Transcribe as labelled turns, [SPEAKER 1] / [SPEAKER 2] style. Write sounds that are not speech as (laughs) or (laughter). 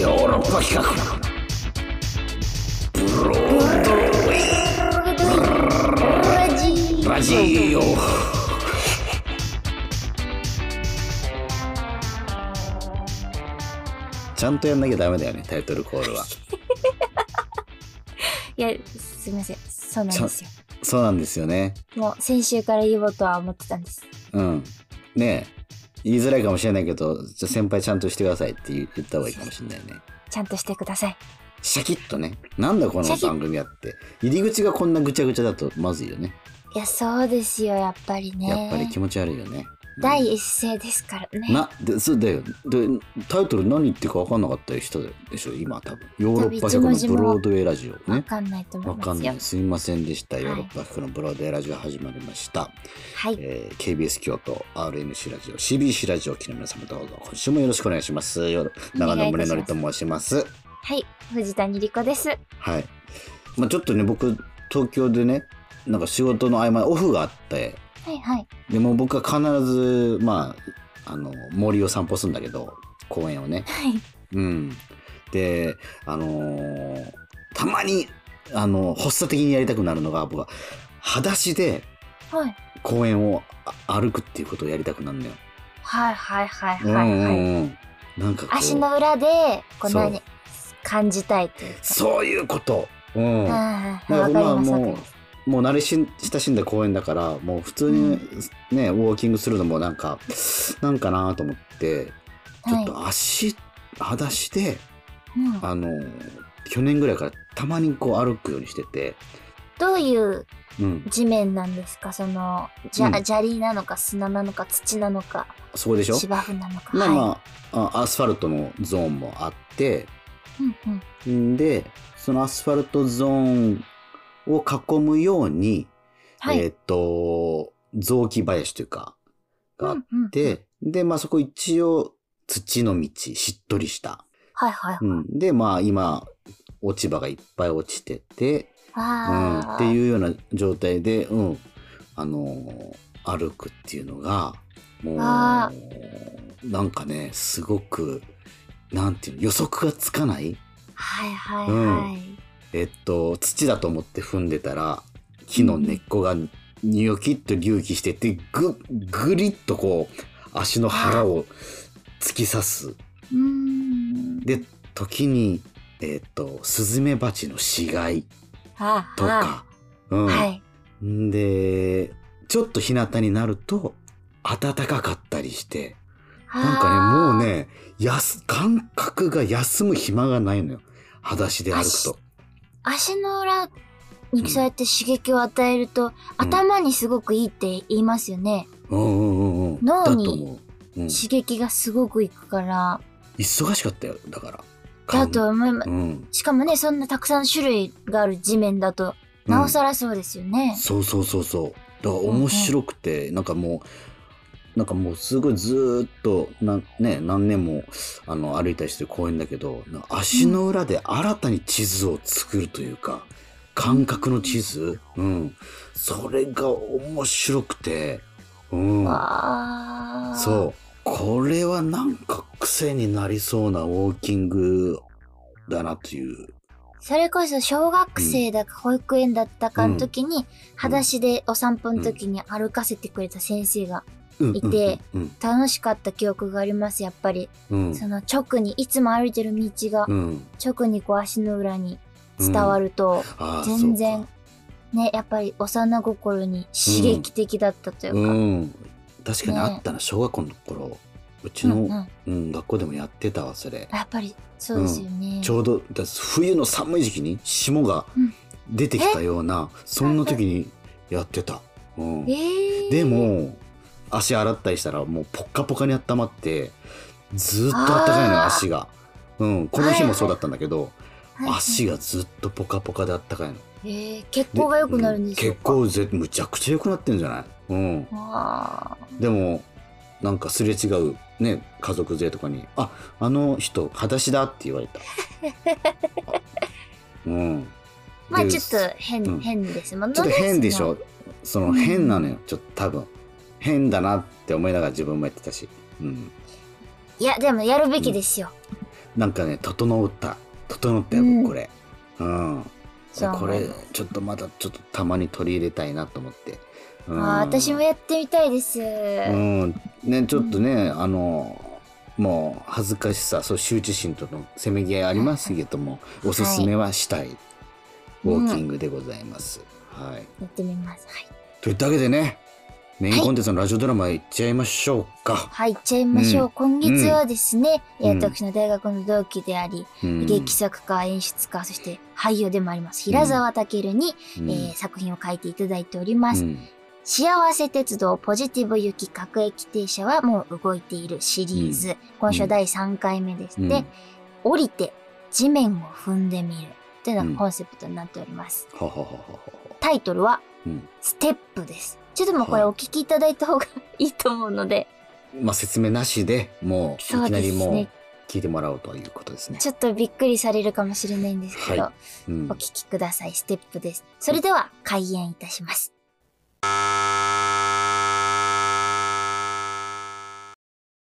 [SPEAKER 1] ヨーロッパ企画ブロードウェイ
[SPEAKER 2] ラジ
[SPEAKER 1] ラジオちゃんとやんなきゃダメだよねタイトルコールはい
[SPEAKER 2] やすみませんそうなんですよ
[SPEAKER 1] そうなんですよね
[SPEAKER 2] もう先週から言おうとは思ってたんです
[SPEAKER 1] うんねえ言いづらいかもしれないけどじゃあ先輩ちゃんとしてくださいって言言った方がいいかもしれないね
[SPEAKER 2] ちゃんとしてください
[SPEAKER 1] シャキッとねなんだこ
[SPEAKER 2] シャ
[SPEAKER 1] の
[SPEAKER 2] キッ
[SPEAKER 1] 番組やって入り口がこんなぐちゃぐちゃだとまずいよね
[SPEAKER 2] いやそうですよやっぱりね
[SPEAKER 1] やっぱり気持ち悪いよね
[SPEAKER 2] 第一声ですからね
[SPEAKER 1] なでそうだよでタイトル何言ってるか分かんなかった人でしょ今多分ヨーロッパ企画のブロードウェイラジオ
[SPEAKER 2] わ
[SPEAKER 1] ね
[SPEAKER 2] かんないと思
[SPEAKER 1] わ
[SPEAKER 2] い
[SPEAKER 1] か
[SPEAKER 2] ま
[SPEAKER 1] ん
[SPEAKER 2] す
[SPEAKER 1] な
[SPEAKER 2] よ
[SPEAKER 1] いすいませんでした
[SPEAKER 2] い
[SPEAKER 1] ヨーロッパ企画のブロードウェイラジオ始まりました、
[SPEAKER 2] はい
[SPEAKER 1] えー KBS 京都 RMC ラジオ CBC ラジオ機の皆様どうぞ今週もよろしくお願いしますよろ長野宗則と申します
[SPEAKER 2] はい藤谷莉子です
[SPEAKER 1] はい、まあ、ちょっとね僕東京でねなんか仕事の合間オフがあって
[SPEAKER 2] はいはい
[SPEAKER 1] でもう僕は必ずまああの森を散歩するんだけど公園をね
[SPEAKER 2] はい
[SPEAKER 1] うん、であのーたまに、あのー発作的にやりたくなるのが僕は裸足で
[SPEAKER 2] はい
[SPEAKER 1] 公園をあ歩くっていうことをやりたくなるのよ。
[SPEAKER 2] はいはいはい
[SPEAKER 1] うん
[SPEAKER 2] はいはい、
[SPEAKER 1] うんうんなんかこ
[SPEAKER 2] 足
[SPEAKER 1] う
[SPEAKER 2] の裏でこのよう
[SPEAKER 1] そ
[SPEAKER 2] に感じたいというか
[SPEAKER 1] そういうこと、うん、
[SPEAKER 2] は
[SPEAKER 1] ない
[SPEAKER 2] はい
[SPEAKER 1] んか
[SPEAKER 2] はいわかりますわかり
[SPEAKER 1] も
[SPEAKER 2] ます
[SPEAKER 1] うもう慣れし親しんだ公園だからもう普通にね、ウォーキングするのもなんかなんかなと思ってちょっ
[SPEAKER 2] は
[SPEAKER 1] と足、裸足で
[SPEAKER 2] いうん
[SPEAKER 1] あのー去年ぐらいからたまにこう歩くようにしてて。
[SPEAKER 2] どういう
[SPEAKER 1] うん、
[SPEAKER 2] 地面なんですかそのじゃ、
[SPEAKER 1] うん
[SPEAKER 2] 砂利なのか砂なのか土なのか
[SPEAKER 1] そこでしょ
[SPEAKER 2] 芝生なのか
[SPEAKER 1] まあ
[SPEAKER 2] はい
[SPEAKER 1] まあ、あアスファルトのゾーンもあって
[SPEAKER 2] うんうん
[SPEAKER 1] んでそのアスファルトゾーンを囲むように、
[SPEAKER 2] はい、
[SPEAKER 1] えっ、と雑木林というかがあっ
[SPEAKER 2] うんうん
[SPEAKER 1] て、でまあそこ一応土の道しっとりした、
[SPEAKER 2] はいはい、
[SPEAKER 1] うん、でまあ今落ち葉がいっぱい落ちてて、うん、
[SPEAKER 2] ああ、
[SPEAKER 1] っていうような状態で、うんあのー歩くっていうのがもう
[SPEAKER 2] あ
[SPEAKER 1] なんかねすごくなんていうの予測がつかない、
[SPEAKER 2] はいはいはい、
[SPEAKER 1] えっと、土だと思って踏んでたら木の根っこがニョキッと隆起しててぐぐりっとこう足の腹を突き刺す。
[SPEAKER 2] うーん
[SPEAKER 1] で時に、えっと、スズメバチの死骸
[SPEAKER 2] あ
[SPEAKER 1] とか。うん
[SPEAKER 2] はいはい
[SPEAKER 1] んでちょっと日向になると暖かかったりしてなんかねもう
[SPEAKER 2] ね
[SPEAKER 1] ねやす感覚が休む暇がないのよ裸足で歩くと
[SPEAKER 2] 足の裏にそうやって刺激を与えると、頭にすごくいいって言いますよね、
[SPEAKER 1] うんうんうんうんだ
[SPEAKER 2] 脳
[SPEAKER 1] と
[SPEAKER 2] に
[SPEAKER 1] 思う、うん、
[SPEAKER 2] 刺激がすごくいくから
[SPEAKER 1] 忙しかったよだから
[SPEAKER 2] だと思います、
[SPEAKER 1] うん
[SPEAKER 2] しかもねそんなたくさん種類がある地面だとなおさらそうですよね、
[SPEAKER 1] そうそうそうそうだから面白くて、なんかもうなんかもうすごいずーっとな、ね、何年もあの歩いたりしてる公園だけどなんか足の裏で新たに地図を作るというか、感覚の地図、うん、それが面白くて、うん、
[SPEAKER 2] わあ
[SPEAKER 1] そうこれはなんか癖になりそうなウォーキングだなという
[SPEAKER 2] それこそ小学生だか保育園だったかの時に、裸足でお散歩の時に歩かせてくれた先生が
[SPEAKER 1] うん
[SPEAKER 2] いて
[SPEAKER 1] うん
[SPEAKER 2] 楽しかった記憶があります、やっぱり。
[SPEAKER 1] うん
[SPEAKER 2] その直に、いつも歩いてる道が
[SPEAKER 1] うん
[SPEAKER 2] 直にこう足の裏に伝わると、
[SPEAKER 1] あー
[SPEAKER 2] 全
[SPEAKER 1] そう
[SPEAKER 2] 然
[SPEAKER 1] か
[SPEAKER 2] ね、やっぱり幼心に刺激的だったというか。
[SPEAKER 1] うん、確かに
[SPEAKER 2] ね
[SPEAKER 1] あったな、小学校の頃うち
[SPEAKER 2] うん
[SPEAKER 1] の、う
[SPEAKER 2] うんん
[SPEAKER 1] 学校でもやってたわそれ、
[SPEAKER 2] やっぱりそうですよね。
[SPEAKER 1] ちょうどだ冬の寒い時期に霜が
[SPEAKER 2] うん
[SPEAKER 1] 出てきたような、そんな時にやってた、うん、
[SPEAKER 2] えー、
[SPEAKER 1] で、も足洗ったりしたらもうポッカポカに温まってずっと暖かいのよ
[SPEAKER 2] あー
[SPEAKER 1] 足が、うん、この日
[SPEAKER 2] はいは
[SPEAKER 1] も
[SPEAKER 2] い
[SPEAKER 1] そうだったんだけど、
[SPEAKER 2] はいはい
[SPEAKER 1] 足がずっとポカポカで暖かいの
[SPEAKER 2] えー血行が良くなるんですよ
[SPEAKER 1] 結。構ぜむちゃくちゃ良くなってんじゃないうん
[SPEAKER 2] わあ
[SPEAKER 1] でもなんかすれ違うね家族勢とかに「ああの人裸足だ」って言わ
[SPEAKER 2] (laughs)
[SPEAKER 1] れた。あうん、
[SPEAKER 2] まあ
[SPEAKER 1] で
[SPEAKER 2] ちょっと変、
[SPEAKER 1] うん
[SPEAKER 2] 変ですもんね。
[SPEAKER 1] ちょっと変でしょその
[SPEAKER 2] うん
[SPEAKER 1] 変なのよちょっと多分変だなって思いながら自分もやってたし、うん、
[SPEAKER 2] いや、でもやるべきですよ。
[SPEAKER 1] なんかね整った整ったよ、
[SPEAKER 2] うん
[SPEAKER 1] 僕これうん
[SPEAKER 2] そう
[SPEAKER 1] これちょっとまだちょっとたまに取り入れたいなと思って、う
[SPEAKER 2] あ
[SPEAKER 1] ん、
[SPEAKER 2] ー私もやってみたいです。
[SPEAKER 1] うんねちょっとね、あのもう恥ずかしさそう羞恥心とのせめぎ合いありますけどもおすすめはしたい、ウォーキングでございます、はい
[SPEAKER 2] やってみます。はい。
[SPEAKER 1] というわけでねメインコンテンツのラジオドラマいっちゃいましょうか、
[SPEAKER 2] はい、行っちゃいましょう。
[SPEAKER 1] うん
[SPEAKER 2] 今月はですね、えー
[SPEAKER 1] うん
[SPEAKER 2] 私の大学の同期であり、
[SPEAKER 1] うん
[SPEAKER 2] 劇作家、演出家、そして俳優でもあります、平沢健に、
[SPEAKER 1] うん
[SPEAKER 2] えー作品を書いていただいております。
[SPEAKER 1] うん
[SPEAKER 2] 幸せ鉄道ポジティブ行き各駅停車はもう動いているシリーズ。今週は第3回目です。
[SPEAKER 1] うん
[SPEAKER 2] で、降りて地面を踏んでみるというの
[SPEAKER 1] うん
[SPEAKER 2] がコンセプトになっております。
[SPEAKER 1] はははははは
[SPEAKER 2] タイトルは、
[SPEAKER 1] うん
[SPEAKER 2] ステップです。ちょっともうこれお聞きいただいた方がいいと思うので、
[SPEAKER 1] まあ説明なしでもう
[SPEAKER 2] そ
[SPEAKER 1] いうきな
[SPEAKER 2] で
[SPEAKER 1] り
[SPEAKER 2] す
[SPEAKER 1] もう
[SPEAKER 2] ね。
[SPEAKER 1] 聞いてもらおうということですね。
[SPEAKER 2] ちょっとびっくりされるかもしれないんですけど、
[SPEAKER 1] はいうん
[SPEAKER 2] お聞きください。ステップです。それでは開演いたします。